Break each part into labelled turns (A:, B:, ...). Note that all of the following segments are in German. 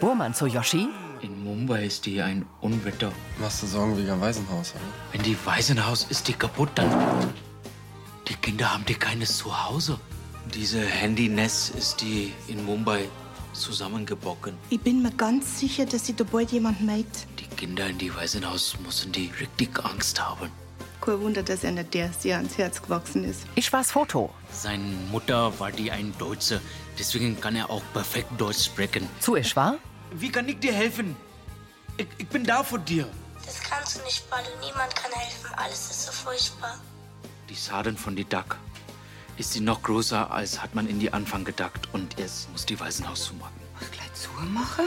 A: Burmann zu Yoshi,
B: In Mumbai ist hier ein Unwetter.
C: Machst du Sorgen wegen Waisenhaus, oder?
B: Wenn die Waisenhaus ist, die kaputt, dann. Die Kinder haben die keines Zuhause. Diese Handy-Netz ist die in Mumbai zusammengebrochen.
D: Ich bin mir ganz sicher, dass sie da bald jemand meint.
B: Die Kinder in die Waisenhaus müssen die richtig Angst haben.
D: Kein Wunder, dass einer der sehr ans Herz gewachsen ist.
A: ich war's Foto.
B: Seine Mutter war die ein Deutsche, deswegen kann er auch perfekt Deutsch sprechen.
A: Zu ich war,
B: Wie kann ich dir helfen? Ich, ich bin da für dir.
E: Das kannst du nicht, Balu. Niemand kann helfen. Alles ist so furchtbar.
B: Die Schaden von die Duck ist sie noch größer, als hat man in die Anfang gedacht. Und jetzt muss die Waisenhaus zumachen.
F: Gleich zumache?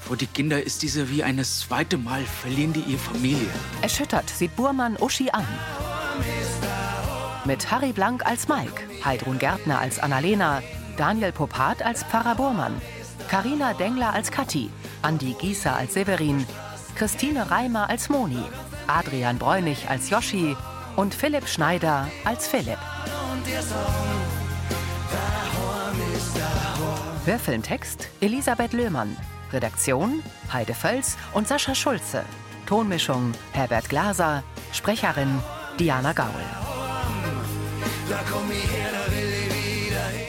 B: Vor die Kinder ist diese wie ein zweites Mal verlieren die ihre Familie.
A: erschüttert sieht Burmann Uschi an. Mit Harry Blank als Mike, Heidrun Gärtner als Annalena, Daniel Popat als Pfarrer Burmann, Karina Dengler als Kathi, Andi Gießer als Severin, Christine Reimer als Moni, Adrian Bräunig als Yoshi und Philipp Schneider als Philipp. Hörfilmtext Elisabeth Löhmann. Redaktion Heide Völz und Sascha Schulze. Tonmischung Herbert Glaser. Sprecherin Diana Gaul.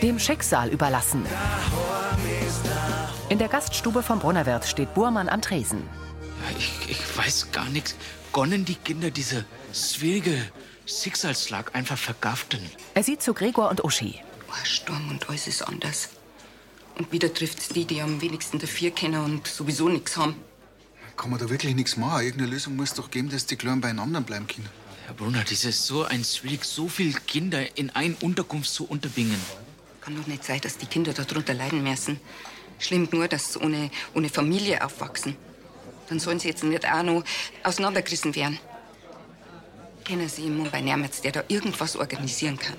A: Dem Schicksal überlassen. In der Gaststube vom Brunnerwirt steht Burmann am Tresen.
B: Ja, ich, ich weiß gar nichts. Können die Kinder diese schwierige Schicksalsschlag einfach vergaften?
A: Er sieht zu Gregor und Uschi.
F: Ein Sturm und alles ist anders. Und wieder trifft's die, die am wenigsten dafür kennen und sowieso nichts haben.
G: Kann man da wirklich nichts machen? Irgendeine Lösung muss doch geben, dass die Kleinen beieinander bleiben können.
B: Herr Brunner, das ist so ein schwierig, so viele Kinder in ein Unterkunft zu unterbringen.
F: Kann doch nicht sein, dass die Kinder darunter leiden müssen. Schlimm nur, dass sie ohne, ohne Familie aufwachsen. Dann sollen sie jetzt nicht auch noch auseinandergerissen werden. Kennen Sie jemanden bei Nermetz, der da irgendwas organisieren kann?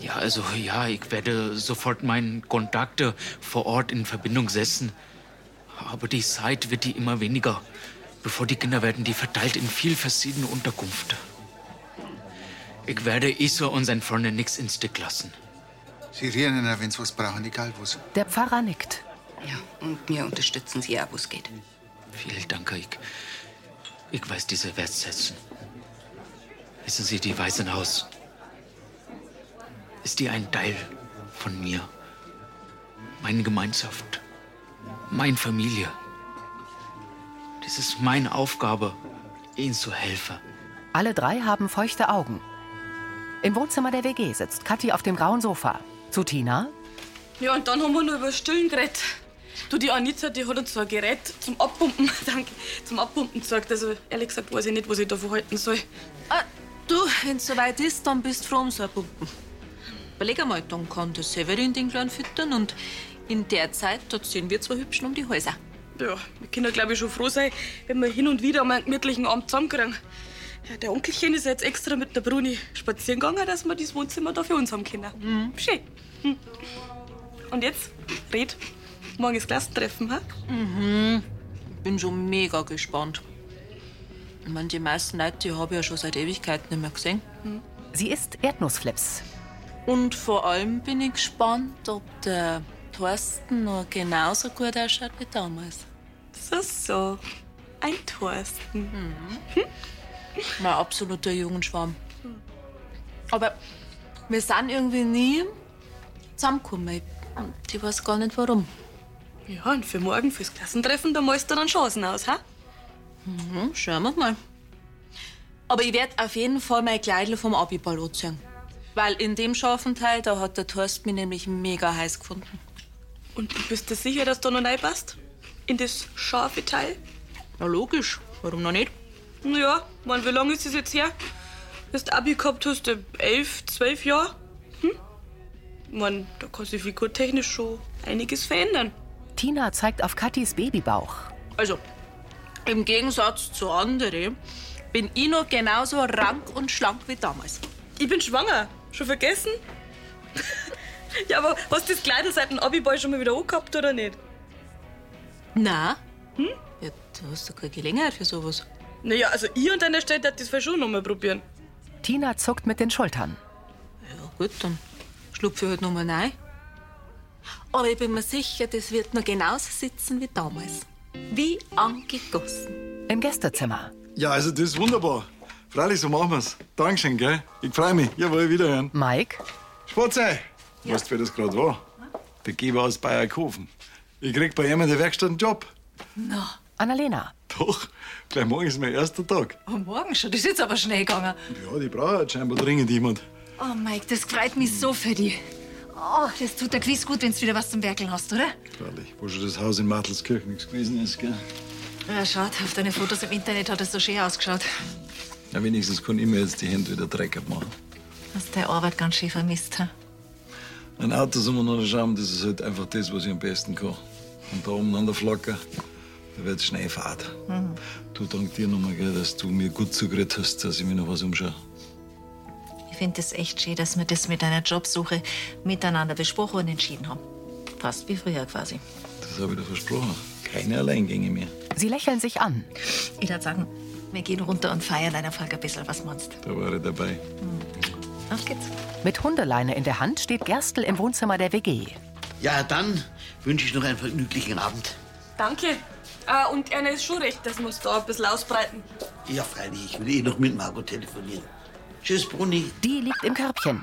B: Ja, also ja, ich werde sofort meine Kontakte vor Ort in Verbindung setzen. Aber die Zeit wird die immer weniger. Bevor die Kinder werden die verteilt in viel verschiedene Unterkünfte. Ich werde Isa und sein Freunde nichts ins Stück lassen.
G: Sie reden ja, wenn sie was brauchen, egal was.
A: Der Pfarrer nickt.
F: Ja, und wir unterstützen Sie auch, wo es geht.
B: Vielen Dank, ich, ich weiß diese wertschätzen. Wissen Sie, die Waisenhaus ist die ein Teil von mir, meine Gemeinschaft, meine Familie. Das ist meine Aufgabe, Ihnen zu helfen.
A: Alle drei haben feuchte Augen. Im Wohnzimmer der WG sitzt Kathi auf dem grauen Sofa. Zu Tina.
H: Ja, und dann haben wir noch über Stillen geredet. Du, die Anita, die hat uns so ein Gerät zum Abpumpen, danke, zum Abpumpen gezeigt. Also, ehrlich gesagt, weiß ich nicht, was ich davon halten soll.
I: Ah, du, wenn es soweit ist, dann bist du froh um so eine Puppe. Überleg einmal, dann kann der Severin den Kleinen füttern und in der Zeit dort sehen wir zwei hübschen um die Häuser.
H: Ja, wir können, glaube ich, schon froh sein, wenn wir hin und wieder mal einen gemütlichen Abend zusammenkriegen. Ja, der Onkelchen ist ja jetzt extra mit der Bruni spazieren gegangen, dass wir das Wohnzimmer da für uns haben können.
I: Mhm.
H: Schön. Hm. Und jetzt, red. Morgen ist Klassentreffen, ha?
J: Mhm.
I: Bin schon mega gespannt. Ich meine, die meisten Leute, die habe ich ja schon seit Ewigkeiten nicht mehr gesehen.
A: Sie isst Erdnussflips.
I: Und vor allem bin ich gespannt, ob der Thorsten noch genauso gut ausschaut wie damals.
H: So, so. Ein Thorsten.
I: Mhm. Mein absoluter Jugendschwarm. Hm. Aber wir sind irgendwie nie zusammengekommen. Ich- Ich weiß gar nicht warum.
H: Ja, und für morgen, fürs Klassentreffen, da malst du dann Chancen aus, ha?
I: Hm, schauen wir mal. Aber ich werde auf jeden Fall mein Kleidl vom Abiball anziehen. Weil in dem scharfen Teil, da hat der Thorsten mich nämlich mega heiß gefunden.
H: Und du bist dir sicher, dass du noch rein passt? In das scharfe Teil?
I: Na logisch, warum noch nicht?
H: Naja, wann, wie lange ist das jetzt her? Dass du Abi gehabt hast, äh, elf, zwölf Jahre? Hm? Man, da kann sich figurtechnisch schon einiges verändern.
A: Tina zeigt auf Kathis Babybauch.
I: Also, im Gegensatz zu anderen bin ich noch genauso rank und schlank wie damals.
H: Ich bin schwanger. Schon vergessen? ja, aber hast du das Kleid seit dem Abi-Boy schon mal wieder angehabt, oder nicht?
I: Na? Hm? Ja, du hast doch keine Gelegenheit für sowas.
H: Naja, also ich an deiner Stelle hätte das vielleicht schon noch mal probieren.
A: Tina zuckt mit den Schultern.
I: Ja, gut, dann schlupfe ich halt nochmal rein. Aber ich bin mir sicher, das wird nur genauso sitzen wie damals. Wie angegossen.
A: Im Gästezimmer.
K: Ja, also das ist wunderbar. Freilich, so machen wir's. Dankeschön, gell? Ich freue mich. Jawohl, wiederhören.
A: Mike,
K: Spatze! Ja. Weißt du, wer das gerade war? Der Geber aus Bayerkofen. Ich krieg bei ihm in der Werkstatt einen Job.
J: Na,
A: Annalena,
K: Doch, gleich morgen ist mein erster Tag.
J: am Oh, Morgen schon. Das ist jetzt aber schnell gegangen.
K: Ja, die braucht halt scheinbar dringend jemand.
J: Oh, Mike, das freut mich so für dich. Oh, das tut der Quiz gut, wenn du wieder was zum Werkeln hast, oder?
K: Freilich, wo schon das Haus in Martelskirchen nichts gewesen ist, gell?
J: Ja, schade, auf deine Fotos im Internet hat es so schön ausgeschaut.
K: Ja, wenigstens kann ich mir jetzt die Hände wieder dreckig machen.
J: Hast deine Arbeit ganz schön vermisst. Hm?
K: Ein Auto soll man noch schauen, das ist halt einfach das, was ich am besten kann. Und da oben an der Flagge, da wird's schnell fad.
J: Mhm.
K: Du dank dir nochmal, gell, dass du mir gut zugeredet hast, dass ich mir noch was umschaue.
J: Ich finde es echt schön, dass wir das mit deiner Jobsuche miteinander besprochen und entschieden haben. Fast wie früher quasi.
K: Das habe ich dir versprochen. Keine Alleingänge mehr.
A: sie lächeln sich an.
J: Ich würde sagen, wir gehen runter und feiern deiner Frage ein bisschen, was meinst du?
K: Da war ich dabei.
J: Auf geht's.
A: Mit Hundeleine in der Hand steht Gerstl im Wohnzimmer der WG.
L: Ja, dann wünsche ich noch einen vergnüglichen Abend.
H: Danke. Ah, und Erna ist schon recht, dass wir uns da ein bisschen ausbreiten.
L: Ja, freilich, ich will eh noch mit Margot telefonieren. Tschüss, Bruni.
A: Die liegt im Körbchen.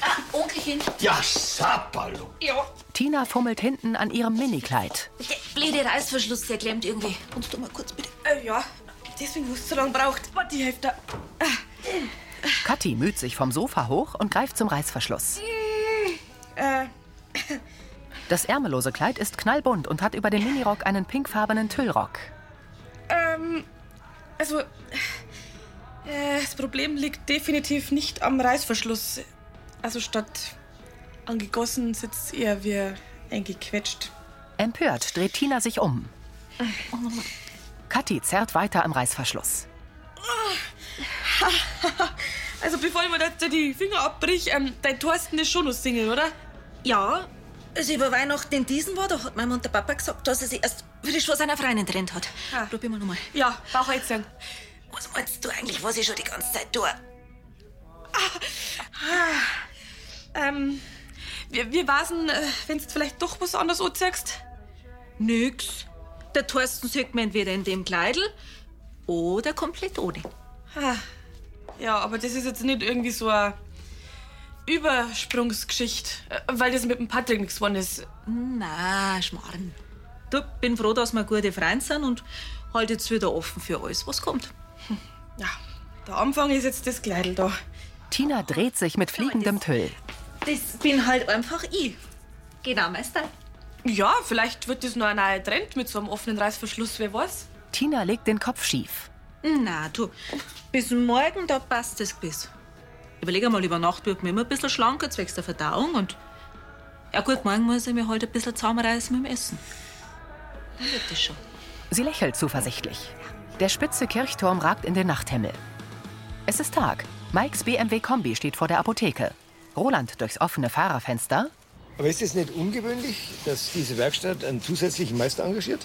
J: Ah, Onkelchen,
L: Ja, Sapalo.
A: Tina fummelt hinten an ihrem Minikleid.
J: der blöde Reißverschluss, der klemmt irgendwie. Kommst du mal kurz bitte?
H: Äh, ja, deswegen, wo es so lange braucht. Warte, die Hälfte.
A: Kathi müht sich vom Sofa hoch und greift zum Reißverschluss.
H: Äh,
A: Das ärmellose Kleid ist knallbunt und hat über dem Minirock einen pinkfarbenen Tüllrock.
H: ähm, also, äh, das Problem liegt definitiv nicht am Reißverschluss. Also statt angegossen sitzt eher wie eingequetscht.
A: Empört dreht Tina sich um. Kathi zerrt weiter am Reißverschluss.
H: Also bevor ich mir da die Finger abbrich, ähm, dein Thorsten ist schon noch Single, oder?
J: Ja, also über Weihnachten in diesem Jahr, da hat mein Mann und der Papa gesagt, dass er sich erst frisch von seiner Freundin getrennt hat.
H: Ah.
J: Probier mal nochmal.
H: Ja, Bauchheizung.
J: Was meinst du eigentlich, was ich schon die ganze Zeit tue?
H: Ah. Ähm, wir, wir wasen, äh, wenn du vielleicht doch was anderes anziehst.
I: Nix. Der Thorsten sieht man entweder in dem Kleidel oder komplett ohne.
H: Ah, Ja, aber das ist jetzt nicht irgendwie so eine Übersprungsgeschichte, äh, weil das mit dem Patrick nichts geworden ist.
I: Na, Schmarrn. Du, bin froh, dass wir gute Freunde sind und halt jetzt wieder offen für alles, was kommt.
H: Ja, der Anfang ist jetzt das Kleidel da.
A: Tina dreht sich mit fliegendem Tüll.
I: Das bin halt einfach ich. Genau, Meister.
H: Ja, vielleicht wird das noch ein neuer Trend mit so einem offenen Reißverschluss, wer weiß.
A: Tina legt den Kopf schief.
I: Na, du, bis morgen, da passt es bis. Überleg einmal, über Nacht wird man immer ein bisschen schlanker, zwecks der Verdauung und... Ja gut, morgen muss ich mir halt ein bisschen zusammenreißen mit dem Essen. Dann wird das schon.
A: Sie lächelt zuversichtlich. Der spitze Kirchturm ragt in den Nachthimmel. Es ist Tag. Mikes BMW-Kombi steht vor der Apotheke. Roland durchs offene Fahrerfenster.
M: Aber ist es nicht ungewöhnlich, dass diese Werkstatt einen zusätzlichen Meister engagiert?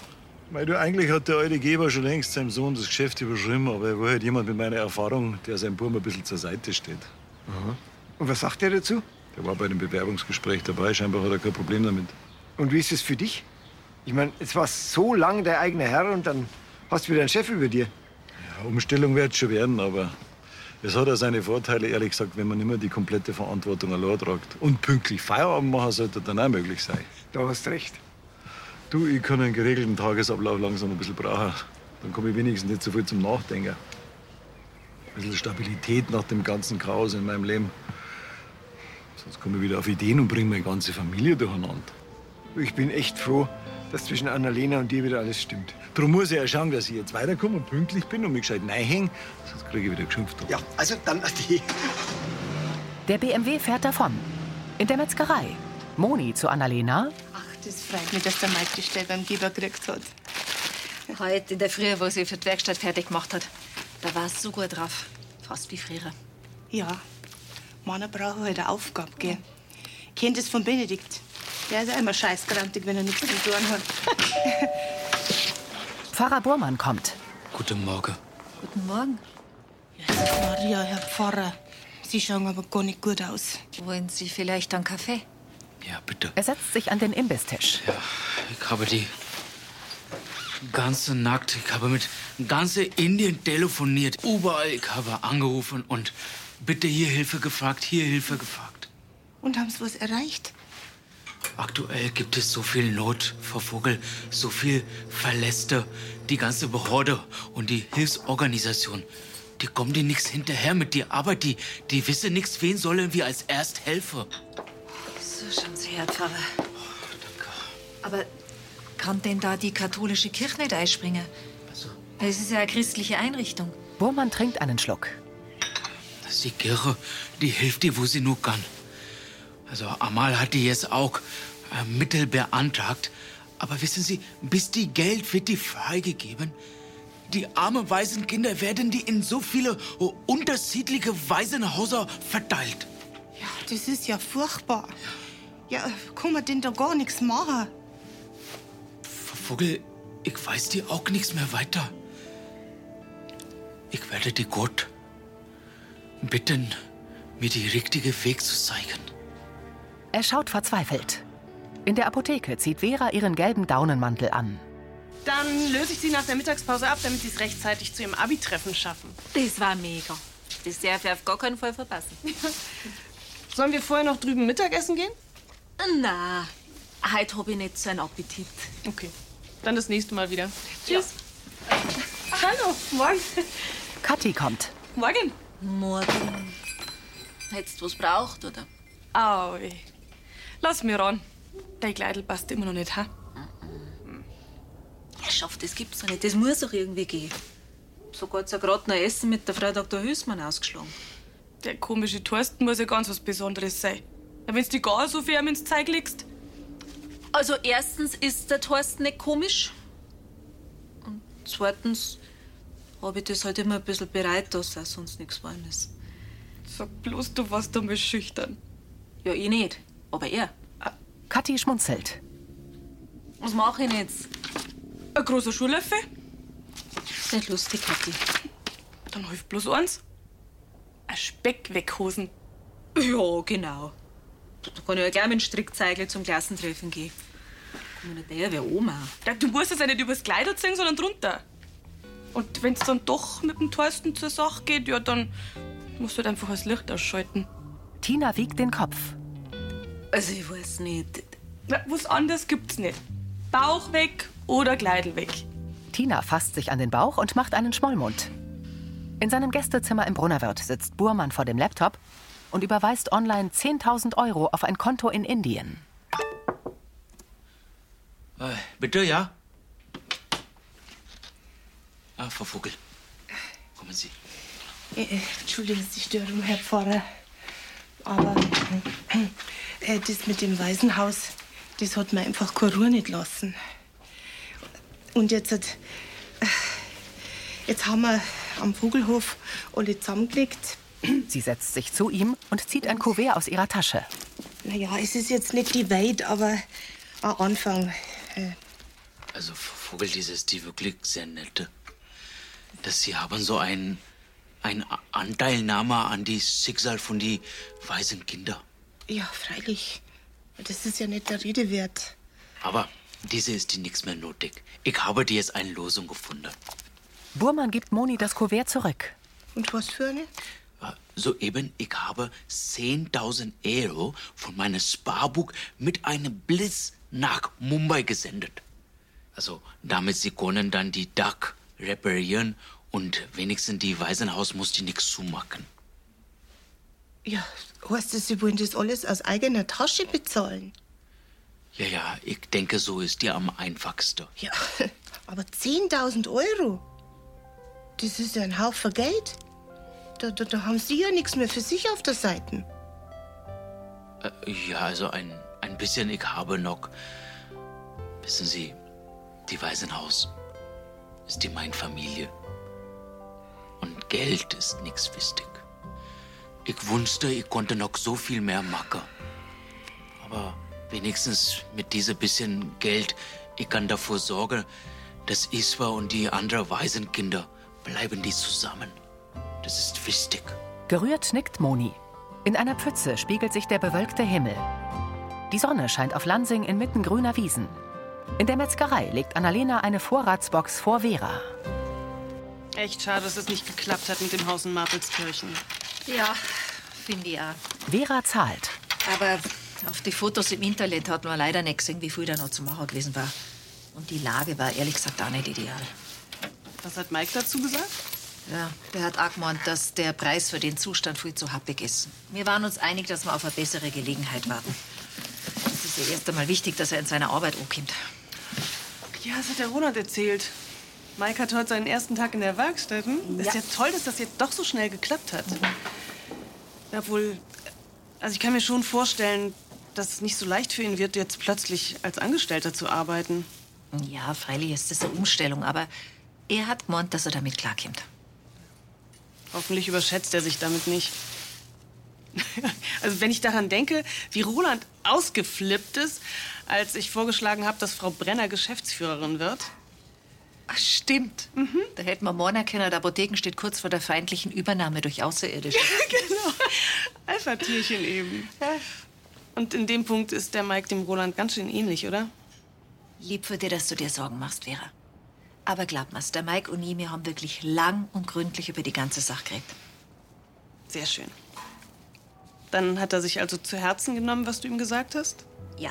K: Weil du, eigentlich hat der alte Geber schon längst seinem Sohn das Geschäft überschrieben, aber er war halt jemand mit meiner Erfahrung, der seinem Buben ein bisschen zur Seite steht.
M: Und was sagt er dazu?
K: Der war bei dem Bewerbungsgespräch dabei, scheinbar hat er kein Problem damit.
M: Und wie ist es für dich? Ich meine, jetzt warst so lange der eigene Herr und dann hast du wieder einen Chef über dir.
K: Ja, Umstellung wird schon werden, aber es hat auch seine Vorteile, ehrlich gesagt, wenn man immer die komplette Verantwortung allein tragt. Und pünktlich Feierabend machen sollte dann auch möglich sein.
M: Da hast recht.
K: Du, ich kann einen geregelten Tagesablauf langsam ein bisschen brauchen. Dann komme ich wenigstens nicht so viel zum Nachdenken. Ein bisschen Stabilität nach dem ganzen Chaos in meinem Leben. Sonst komme ich wieder auf Ideen und bringe meine ganze Familie durcheinander.
M: Ich bin echt froh, dass zwischen Annalena und dir wieder alles stimmt.
K: Darum muss ich ja schauen, dass ich jetzt weiterkomme und pünktlich bin und mich gescheit reinhänge. Sonst kriege ich wieder geschimpft.
M: Ja, also dann ade.
A: Der BMW fährt davon. In der Metzgerei. Moni zu Annalena.
D: Ach, das freut mich, dass der Mike die Stelle beim Geber gekriegt hat.
J: Heute in der Früh, wo sie für die Werkstatt fertig gemacht hat, da war es so gut drauf. Fast wie früher.
D: Ja, Männer brauchen halt eine Aufgabe, gell? Kennt es von Benedikt. Der ist ja immer scheißgrantig, wenn er nichts zu tun hat.
A: Pfarrer Burmann kommt.
B: Guten Morgen.
J: Guten Morgen.
D: Jesus Maria, Herr Pfarrer, Sie schauen aber gar nicht gut aus.
J: Wollen Sie vielleicht einen Kaffee?
B: Ja, bitte.
A: Er setzt sich an den Imbisstisch.
B: Ich habe die ganze Nacht, ich habe mit ganz Indien telefoniert. Überall, ich habe angerufen und bitte hier Hilfe gefragt, hier Hilfe gefragt.
D: Und haben Sie was erreicht?
B: Aktuell gibt es so viel Not, Frau Vogel, so viel Verletzte. Die ganze Behörde und die Hilfsorganisation, die kommen dir nichts hinterher mit der Arbeit. Die, die wissen nichts, wen sollen wir als erst helfen.
J: So, schauen Sie her, Pfarrer. Aber kann denn da die katholische Kirche nicht einspringen? Es ist ja eine christliche Einrichtung.
A: Burmann trinkt einen Schluck.
B: Das ist die Kirche, die hilft dir, wo sie nur kann. Also Amal hat die jetzt auch äh, Mittel beantragt. Aber wissen Sie, bis die Geld wird die freigegeben. Die armen Waisenkinder werden die in so viele äh, unterschiedliche Waisenhäuser verteilt.
D: Ja, das ist ja furchtbar. Ja, kann man denn da gar nichts machen?
B: Frau Vogel, ich weiß dir auch nichts mehr weiter. Ich werde die Gott bitten, mir den richtigen Weg zu zeigen.
A: Er schaut verzweifelt. In der Apotheke zieht Vera ihren gelben Daunenmantel an.
N: Dann löse ich sie nach der Mittagspause ab, damit sie es rechtzeitig zu ihrem Abi-Treffen schaffen.
I: Das war mega. Das darf ich auf gar keinen Fall verpassen.
N: Sollen wir vorher noch drüben Mittagessen gehen?
I: Na, heute habe ich nicht so einen Appetit.
N: Okay. Dann das nächste Mal wieder. Tschüss. Hallo, morgen.
A: Kathi kommt.
N: Morgen.
I: Morgen. Hättest du was braucht, oder?
N: Aui. Lass mir ran. Dein Kleidel passt immer noch nicht, ha?
I: Ja, schaff, das gibt's doch nicht. Das muss doch irgendwie gehen. Sogar hat's ja gerade noch Essen mit der Frau Dr. Hülsmann ausgeschlagen.
N: Der komische Thorsten muss ja ganz was Besonderes sein. Ja, wenn's dir gar so viel ins Zeug legst.
I: Also, erstens ist der Thorsten nicht komisch. Und zweitens habe ich das halt immer ein bisschen bereit, dass auch sonst nichts warm ist.
N: Sag bloß, du warst einmal schüchtern.
I: Ja, ich nicht. Aber er.
A: Kathi schmunzelt.
I: Was mache ich denn jetzt?
N: Ein großer Schuhlöffel?
I: Nicht lustig, Kathi.
N: Dann hilft bloß eins. Ein Speck weghosen.
I: Ja, genau. Da kann ich ja gleich mit dem Strickzeigel zum Klassentreffen gehen. Komm nicht der, wer Oma.
N: Ja, du musst es ja nicht übers Kleid ziehen, sondern drunter. Und wenn's dann doch mit dem Thorsten zur Sache geht, ja, dann musst du halt einfach das Licht ausschalten.
A: Tina wiegt den Kopf.
I: Also, ich weiß nicht.
N: Na, was anderes gibt's nicht. Bauch weg oder Kleidel weg.
A: Tina fasst sich an den Bauch und macht einen Schmollmund. In seinem Gästezimmer im Brunnerwirt sitzt Burmann vor dem Laptop und überweist online 10.000 Euro auf ein Konto in Indien.
B: Äh, bitte, ja? Ah, Frau Vogel. Kommen Sie.
D: Äh, äh, Entschuldigen Sie die Störung, Herr Pfarrer. Aber äh, das mit dem Waisenhaus, das hat mir einfach keine Ruhe nicht lassen. Und jetzt, hat- äh, jetzt haben wir am Vogelhof alle zusammengelegt.
A: Sie setzt sich zu ihm und zieht ein Kuvert aus ihrer Tasche.
D: Naja, es ist jetzt nicht die Welt, aber ein Anfang. Äh,
B: Also, Frau Vogel, dies ist die wirklich sehr nette. Dass Sie haben so einen, einen A- Anteilnahme an die Schicksal von die weißen Kinder.
D: ja, freilich. Das ist ja nicht der Rede wert.
B: Aber diese ist die nichts mehr nötig. Ich habe dir jetzt eine Losung gefunden.
A: Burmann gibt Moni das Kuvert zurück.
D: Und was für eine?
B: Soeben, ich habe 10.000 Euro von meinem Sparbuch mit einem Blitz nach Mumbai gesendet. Also, damit sie können dann die Duck reparieren und wenigstens die Waisenhaus muss die nichts zumachen.
D: Ja, heißt das, Sie wollen das alles aus eigener Tasche bezahlen?
B: Ja, ja, ich denke, so ist dir am einfachsten.
D: Ja, aber 10.000 Euro? Das ist ja ein Haufen Geld. Da, da, da haben Sie ja nichts mehr für sich auf der Seite.
B: Äh, ja, also ein, ein bisschen, ich habe noch. Wissen Sie, die Waisenhaus ist die meine Familie. Und Geld ist nichts wichtig. Ich wünschte, ich konnte noch so viel mehr machen. Aber wenigstens mit diesem bisschen Geld, ich kann dafür sorgen, dass Iswa und die anderen Waisenkinder bleiben die zusammen. Das ist wichtig.
A: Gerührt nickt Moni. In einer Pfütze spiegelt sich der bewölkte Himmel. Die Sonne scheint auf Lansing inmitten grüner Wiesen. In der Metzgerei legt Annalena eine Vorratsbox vor Vera.
O: Echt schade, dass es nicht geklappt hat mit dem Haus in Marpelskirchen.
J: Ja, finde ich auch.
A: Vera zahlt.
J: Aber auf die Fotos im Internet hat man leider nicht gesehen, wie viel da noch zu machen gewesen war. Und die Lage war ehrlich gesagt auch nicht ideal.
O: Was hat Mike dazu gesagt?
J: Ja, der hat auch gemeint, dass der Preis für den Zustand viel zu happig ist. Wir waren uns einig, dass wir auf eine bessere Gelegenheit warten. Es ist ja erst einmal wichtig, dass er in seiner Arbeit ankommt.
O: Ja, das hat der Ronald erzählt. Mike hat heute seinen ersten Tag in der Werkstatt. hm? Ist ja toll, dass das jetzt doch so schnell geklappt hat. Obwohl, also ich kann mir schon vorstellen, dass es nicht so leicht für ihn wird, jetzt plötzlich als Angestellter zu arbeiten.
J: Ja, freilich ist das eine Umstellung, aber er hat gemeint, dass er damit klarkommt.
O: Hoffentlich überschätzt er sich damit nicht. Also wenn ich daran denke, wie Roland ausgeflippt ist, als ich vorgeschlagen habe, dass Frau Brenner Geschäftsführerin wird.
J: Ach, stimmt.
O: Mhm.
J: Da hätten wir morgen können, der Apotheken steht kurz vor der feindlichen Übernahme durch Außerirdische.
O: genau. Alpha-Tierchen eben. Und in dem Punkt ist der Mike dem Roland ganz schön ähnlich, oder?
J: Lieb für dir, dass du dir Sorgen machst, Vera. Aber glaub mir's, der Mike und ich, wir haben wirklich lang und gründlich über die ganze Sache geredet.
O: Sehr schön. Dann hat er sich also zu Herzen genommen, was du ihm gesagt hast?
J: Ja.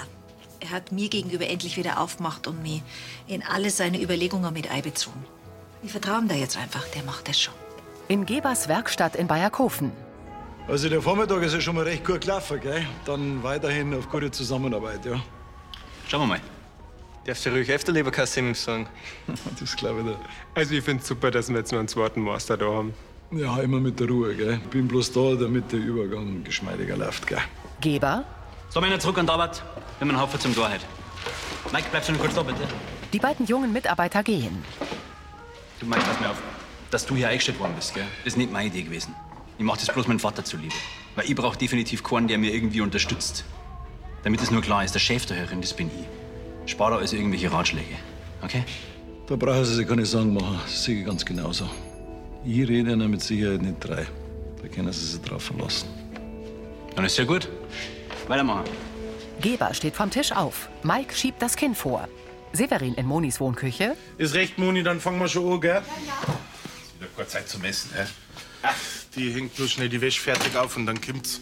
J: Er hat mir gegenüber endlich wieder aufgemacht und mich in alle seine Überlegungen mit einbezogen. Ich vertraue ihm da jetzt einfach, der macht das schon.
A: In Gebers Werkstatt in Bayerkofen.
K: Also der Vormittag ist ja schon mal recht gut gelaufen, gell? Dann weiterhin auf gute Zusammenarbeit, ja.
P: Schauen wir mal.
Q: Darfst du ruhig öfter Leberkassem sagen?
K: das glaube ich dir.
Q: Also ich find's super, dass wir jetzt noch einen zweiten Master da haben.
K: Ja, immer mit der Ruhe, gell? Bin bloß da, damit der Übergang geschmeidiger läuft, gell?
A: Geber,
P: So, Männer, zurück an die Arbeit. Wir haben einen Haufen zum Torheit. Mike, bleib schon kurz da, bitte.
A: die beiden jungen Mitarbeiter gehen.
P: Du, Mike, pass mir auf. Dass du hier eingestellt worden bist, gell? Das ist nicht meine Idee gewesen. Ich mach das bloß meinem Vater zuliebe. Weil ich brauche definitiv keinen, der mir irgendwie unterstützt. Damit es nur klar ist, der Chef der Herrin, das bin ich. Spar da also irgendwelche Ratschläge. Okay?
K: Da brauchen Sie sich keine Sorgen machen. Das sehe ich ganz genauso. Ich rede Ihnen mit Sicherheit nicht drei. Da können Sie sich drauf verlassen.
P: Dann ist ja gut. Weitermachen.
A: Geber steht vom Tisch auf. Mike schiebt das Kinn vor. Severin in Monis Wohnküche.
R: Ist recht, Moni, dann fangen wir schon an, gell? Ja, ja. Ist wieder keine Zeit zum Essen, hä? Ach, die hängt bloß schnell die Wäsche fertig auf und dann kommt's.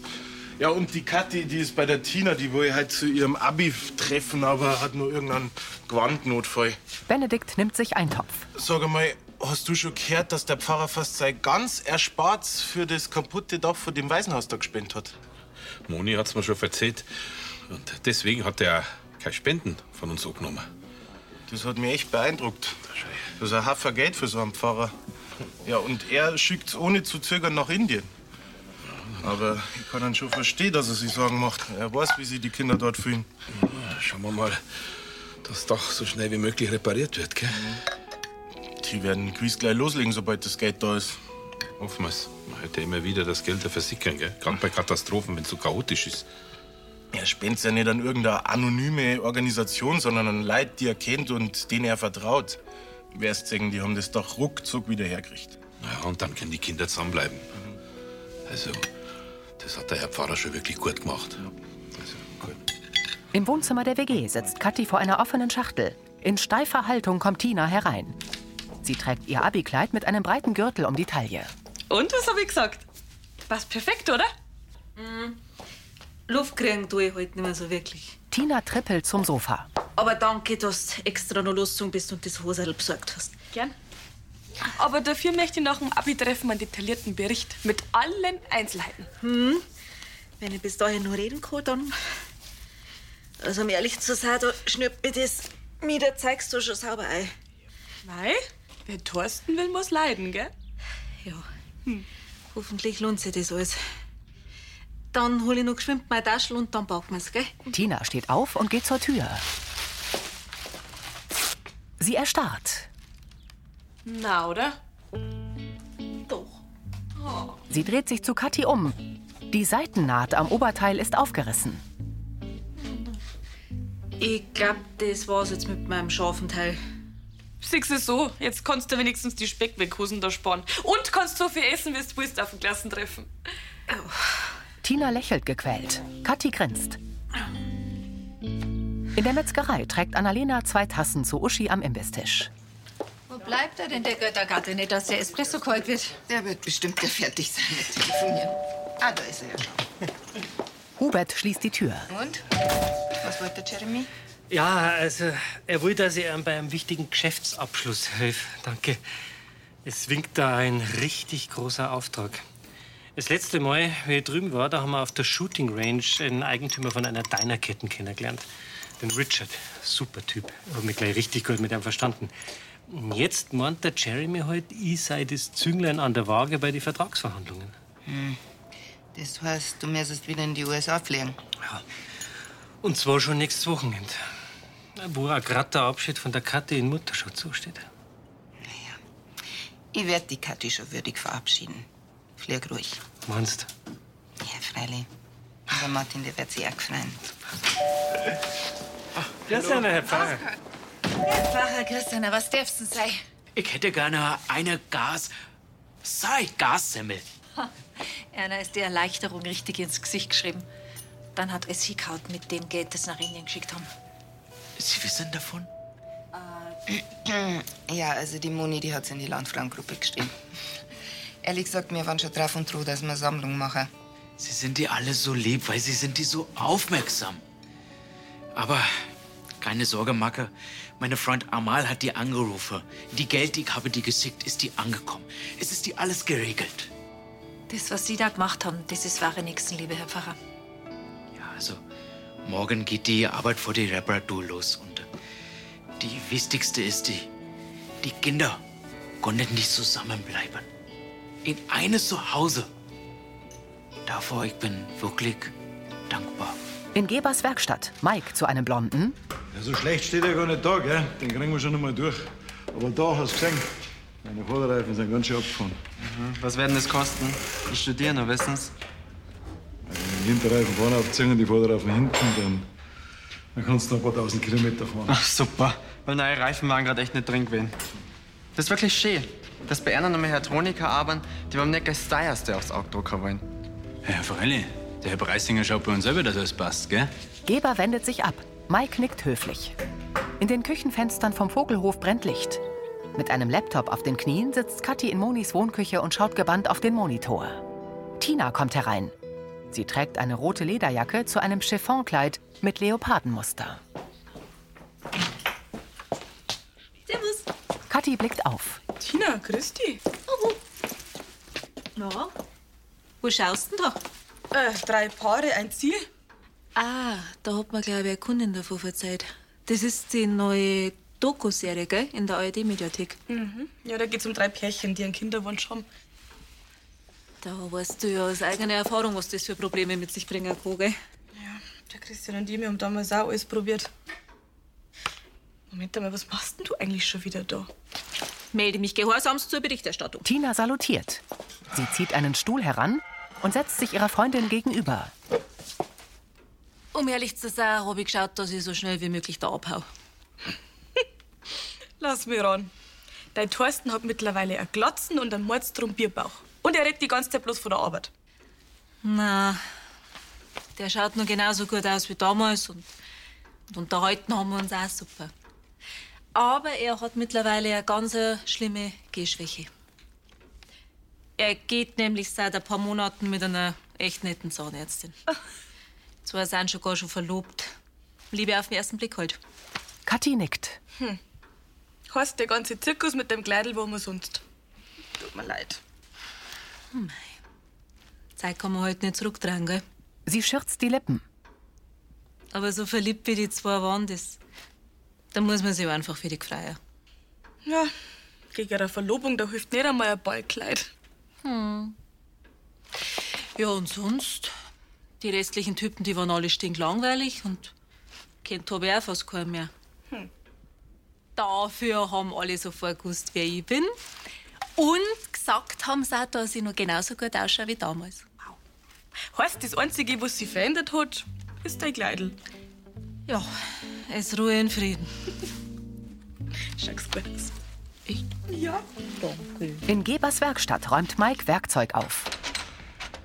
R: Ja, und die Kathi, die ist bei der Tina, die will halt zu ihrem Abi treffen, aber hat nur irgendeinen Gewandnotfall.
A: Benedikt nimmt sich einen Topf.
R: Sag mal, hast du schon gehört, dass der Pfarrer fast sein ganz Erspartes für das kaputte Dach von dem Waisenhaus da gespendet hat?
S: Moni hat's mir schon erzählt. Und deswegen hat er keine Spenden von uns angenommen.
R: Das hat mich echt beeindruckt. Das ist ein Haufen Geld für so einen Pfarrer. Ja, und er schickt's ohne zu zögern nach Indien. Aber ich kann dann schon verstehen, dass er sich Sorgen macht. Er weiß, wie sich die Kinder dort fühlen.
S: Schauen wir mal, dass das Dach so schnell wie möglich repariert wird, gell?
R: Die werden gewiss gleich loslegen, sobald das Geld da ist.
S: Hoffen wir's. Man hört ja immer wieder, dass Gelder versickern, gell? Gerade bei Katastrophen, wenn es so chaotisch ist.
R: Er spendet ja nicht an irgendeine anonyme Organisation, sondern an Leute, die er kennt und denen er vertraut. Wär's sagen, die haben das Dach ruckzuck wieder hergerichtet.
S: Ja, und dann können die Kinder zusammenbleiben. Also, das hat der Herr Pfarrer schon wirklich gut gemacht. Also,
A: Im Wohnzimmer der WG sitzt Kathi vor einer offenen Schachtel. In steifer Haltung kommt Tina herein. Sie trägt ihr Abikleid mit einem breiten Gürtel um die Taille.
N: Und was habe ich gesagt? Passt perfekt, oder?
I: Mhm. Luft kriegen tue ich halt nicht mehr so wirklich.
A: Tina trippelt zum Sofa.
I: Aber danke, dass du extra noch losgezogen bist und das Hoserl besorgt hast.
N: Gern. Aber dafür möchte ich nach dem Abi-Treffen einen detaillierten Bericht mit allen Einzelheiten.
I: Hm? Wenn ich bis dahin nur reden kann, dann. Also, um ehrlich zu sein, da schnürt mir das mit der zeigst du schon sauber ein.
N: Weil, wer Thorsten will, muss leiden, gell? Hm.
I: Ja. Hoffentlich lohnt sich das alles. Dann hol ich noch geschwind meine Tasche und dann packen wir's, gell?
A: Tina steht auf und geht zur Tür. Sie erstarrt.
N: Na, oder?
A: Sie dreht sich zu Kathi um. Die Seitennaht am Oberteil ist aufgerissen.
I: Ich glaub, das war's jetzt mit meinem scharfen Teil.
N: Six ist so, jetzt kannst du wenigstens die Speckweckhosen da sparen. Und kannst so viel essen, wie du willst, auf dem Klassentreffen.
A: Tina lächelt gequält. Kathi grinst. In der Metzgerei trägt Annalena zwei Tassen zu Uschi am Imbisstisch.
J: Wo bleibt er denn, der Göttergatte? Nicht, dass der Espresso kalt wird. Der wird bestimmt ja fertig sein mit Telefonieren. Ah, da ist er ja schon.
A: Hubert schließt die Tür.
J: Und? Was wollte der Jeremy?
T: Ja, also er will, dass ich ihm bei einem wichtigen Geschäftsabschluss helfe. Danke. Es winkt da ein richtig großer Auftrag. Das letzte Mal, wie ich drüben war, da haben wir auf der Shooting Range einen Eigentümer von einer Dinerketten kennengelernt. Den Richard. Super Typ. Hab mich gleich richtig gut mit ihm verstanden. Und jetzt meint der Jeremy halt, ich sei das Zünglein an der Waage bei den Vertragsverhandlungen.
F: Hm. Das heißt, du müsstest wieder in die USA fliegen.
T: Und zwar schon nächstes Wochenende. Wo auch gerade der Abschied von der Katte in Mutterschutz zusteht.
F: Ich werde die Kathi schon würdig verabschieden. Flieg ruhig.
T: Meinst
F: Ja, freilich. Aber Martin, der wird sich auch freuen.
T: du? Das Ah, ist einer, Herr Pfarrer.
J: Pfarrer Christian, was darf's denn sein?
B: Ich hätte gerne eine Gas. Sei Gassemmel.
J: Erna ist die Erleichterung richtig ins Gesicht geschrieben. Dann hat es hingehauen mit dem Geld, das sie nach Indien geschickt haben.
B: Sie wissen davon?
F: Ja, also die Moni, die hat's in die Landfrauengruppe geschrieben. Ehrlich gesagt, wir waren schon drauf und droh, dass wir Sammlung machen.
B: Sie sind die alle so lieb, weil sie sind die so aufmerksam. Aber keine Sorge, Macke. Meine Freund Amal hat die angerufen. Die Geld, die ich habe die geschickt, ist die angekommen. Es ist die alles geregelt.
J: Das, was Sie da gemacht haben, das ist wahre Nächstenliebe, Herr Pfarrer.
B: Also, morgen geht die Arbeit vor die Reparatur los. Und äh, die wichtigste ist die, die Kinder konnten nicht zusammenbleiben. In eines Zuhause. Davor, ich bin wirklich dankbar.
A: In Gebers Werkstatt. Mike zu einem Blonden.
K: Ja, so schlecht steht er gar nicht da, gell? Den kriegen wir schon einmal durch. Aber da hast du gesehen, meine Vorderreifen sind ganz schön abgefahren.
U: Mhm. Was werden das kosten? Ich studiere noch, wissens.
K: Wenn die Hinterreifen vorne aufziehen und die Vorderreifen hinten, dann, dann kannst du noch ein paar tausend Kilometer fahren.
U: Ach, super. Weil neue Reifen waren gerade echt nicht drin gewesen. Das ist wirklich schön, dass bei einer noch Mechatroniker arbeiten, die beim nicht das Steierste aufs Auge drucken wollen.
P: Ja, Forelli, der Herr Preisinger schaut bei uns selber, dass alles passt, gell?
A: Geber wendet sich ab. Mike nickt höflich. In den Küchenfenstern vom Vogelhof brennt Licht. Mit einem Laptop auf den Knien sitzt Kathi in Monis Wohnküche und schaut gebannt auf den Monitor. Tina kommt herein. Sie trägt eine rote Lederjacke zu einem Chiffonkleid mit Leopardenmuster.
I: Servus.
A: Kathi blickt auf.
I: Tina, grüß dich. Na, wo schaust denn da?
H: Äh,
I: drei Paare, ein Ziel. Ah, da hat mir, glaube ich, eine Kundin davon verzeiht. Das ist die neue Doku-Serie, gell? In der ARD-Mediathek.
H: Mhm. Ja, da geht's um drei Pärchen, die einen Kinderwunsch haben.
I: Da weißt du ja aus eigener Erfahrung, was das für Probleme mit sich bringen kann, gell?
H: Der Christian und ich wir haben damals auch alles probiert. Moment einmal, was machst denn du eigentlich schon wieder da?
I: Melde mich gehorsamst zur Berichterstattung.
A: Tina salutiert. Sie zieht einen Stuhl heran und setzt sich ihrer Freundin gegenüber.
I: Um ehrlich zu sein, habe ich geschaut, dass ich so schnell wie möglich da abhau.
H: Lass mich ran. Dein Thorsten hat mittlerweile einen Glatzen und einen Mordstrom Bierbauch. Und er redet die ganze Zeit bloß von der Arbeit.
I: Na, der schaut nur genauso gut aus wie damals und, und unterhalten haben wir uns auch super. Aber er hat mittlerweile eine ganz schlimme Gehschwäche. Er geht nämlich seit ein paar Monaten mit einer echt netten Zahnärztin. Zwar sind schon gar schon verlobt. Liebe auf den ersten Blick halt.
A: Kathi nickt.
H: Hm. Heißt der ganze Zirkus mit dem Kleidel, wo man sonst. Tut mir leid.
I: Hm. Zeit kann man halt nicht zurückdrehen, gell?
A: Sie schürzt die Lippen.
I: Aber so verliebt wie die zwei waren, das. Da muss man sich auch einfach für die freien.
H: Ja, gegen eine Verlobung, da hilft nicht einmal ein Ballkleid.
I: Hm. Ja, und sonst? Die restlichen Typen, die waren alle stinklangweilig und kennt habe ich auch fast keinen mehr.
H: Hm.
I: Dafür haben alle sofort gewusst, wer ich bin. Und gesagt haben sie auch, dass ich noch genauso gut ausschaue wie damals.
H: Heißt, das Einzige, was sie verändert hat, ist dein Kleidel.
I: Ja, es ruhe in Frieden.
H: Schack's gut aus.
I: Echt?
H: Ja.
A: In Gebers Werkstatt räumt Mike Werkzeug auf.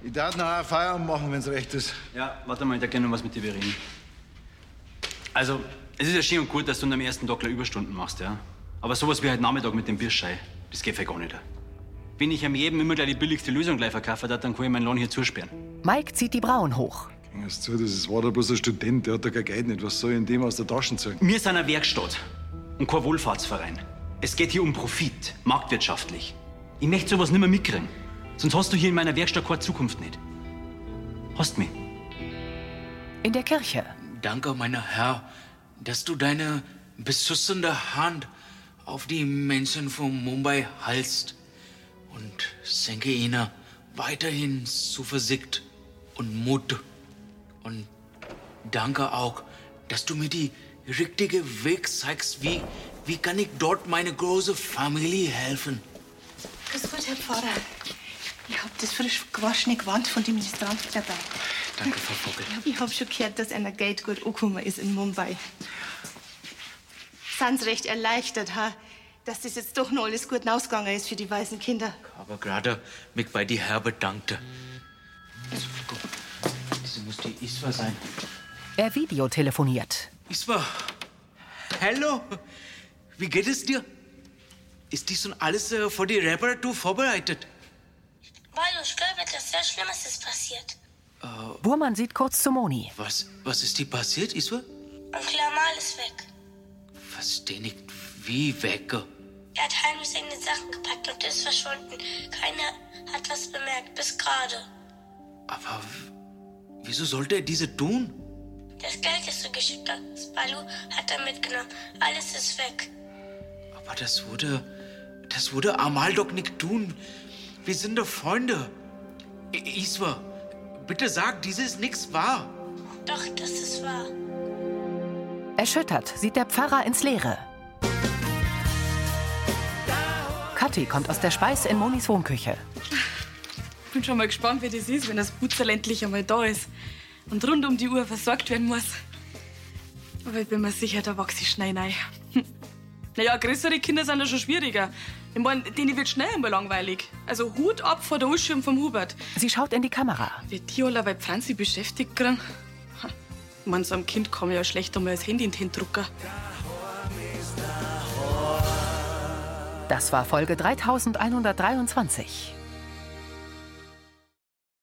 K: Ich darf nachher Feierabend machen, wenn's recht ist.
P: Ja, warte mal, ich darf gerne noch was mit dir reden. Also, es ist ja schön und gut, dass du am ersten Tag gleich Überstunden machst, ja. Aber sowas wie heute Nachmittag mit dem Bierschei, das geht ja gar nicht. Wenn ich am jedem immer gleich die billigste Lösung gleich verkaufe, dann kann ich meinen Lohn hier zusperren.
A: Mike zieht die Brauen hoch.
K: Erst zu, das ist- war da bloß ein Student, der hat da kein Geld nicht. Was soll ich denn dem aus der Tasche ziehen?
P: Wir sind ein Werkstatt und kein Wohlfahrtsverein. Es geht hier um Profit, marktwirtschaftlich. Ich möchte sowas nicht mehr mitkriegen. Sonst hast du hier in meiner Werkstatt keine Zukunft nicht. Hast mich.
A: In der Kirche.
B: Danke, meiner Herr, dass du deine besussende Hand auf die Menschen von Mumbai halst und schenke ihnen weiterhin Zuversicht und Mut. Und danke auch, dass du mir die richtige Weg zeigst, wie, wie kann ich dort meine große Familie helfen.
D: Grüß Gott, Herr Pfarrer. Ich hab das frisch gewaschene Gewand von dem Ministranten dabei.
B: Danke, Frau Vogel.
D: Ich hab schon gehört, dass einer Geld gut angekommen ist in Mumbai. Sind's recht erleichtert, ha? Dass das jetzt doch noch alles gut ausgegangen ist für die weißen Kinder.
B: Aber gerade mich bei die Herr bedankte. Also, guck, diese muss die Iswa sein.
A: Er videotelefoniert.
B: Isma, hallo. Wie geht es dir? Ist dies und alles äh, für die Reparatur vorbereitet?
E: Balu, ich glaube, etwas sehr Schlimmes ist passiert.
A: Burman sieht kurz zu Moni.
B: Äh, Was, was ist dir passiert, Isma?
E: Onkel Amal ist weg.
B: Versteh nicht, wie weg.
E: Er hat heimlich seine Sachen gepackt und ist verschwunden. Keiner hat was bemerkt, bis gerade.
B: Aber w- wieso sollte er diese tun?
E: Das Geld, das du geschickt hast, Balu, hat er mitgenommen. Alles ist weg.
B: Aber das würde, das würde Amal doch nicht tun. Wir sind doch Freunde. I- Isma, bitte sag, dies ist nichts wahr.
E: Doch, das ist wahr.
A: Erschüttert sieht der Pfarrer ins Leere. Kathi kommt aus der Speis in Monis Wohnküche.
N: Bin schon mal gespannt, wie das ist, wenn das Putzerl endlich einmal da ist und rund um die Uhr versorgt werden muss. Aber ich bin mir sicher, da wachse ich schnell rein. Hm. Naja, größere Kinder sind ja schon schwieriger. Ich meine, denen wird schnell einmal langweilig. Also Hut ab vor der Ausschirm vom Hubert.
A: Sie schaut in die Kamera.
N: Wie die alle bei Franzi beschäftigt kriegen. Ha. Ich meine, so einem Kind kann man ja schlecht einmal das Handy in den Drucker.
A: Das war Folge 3123.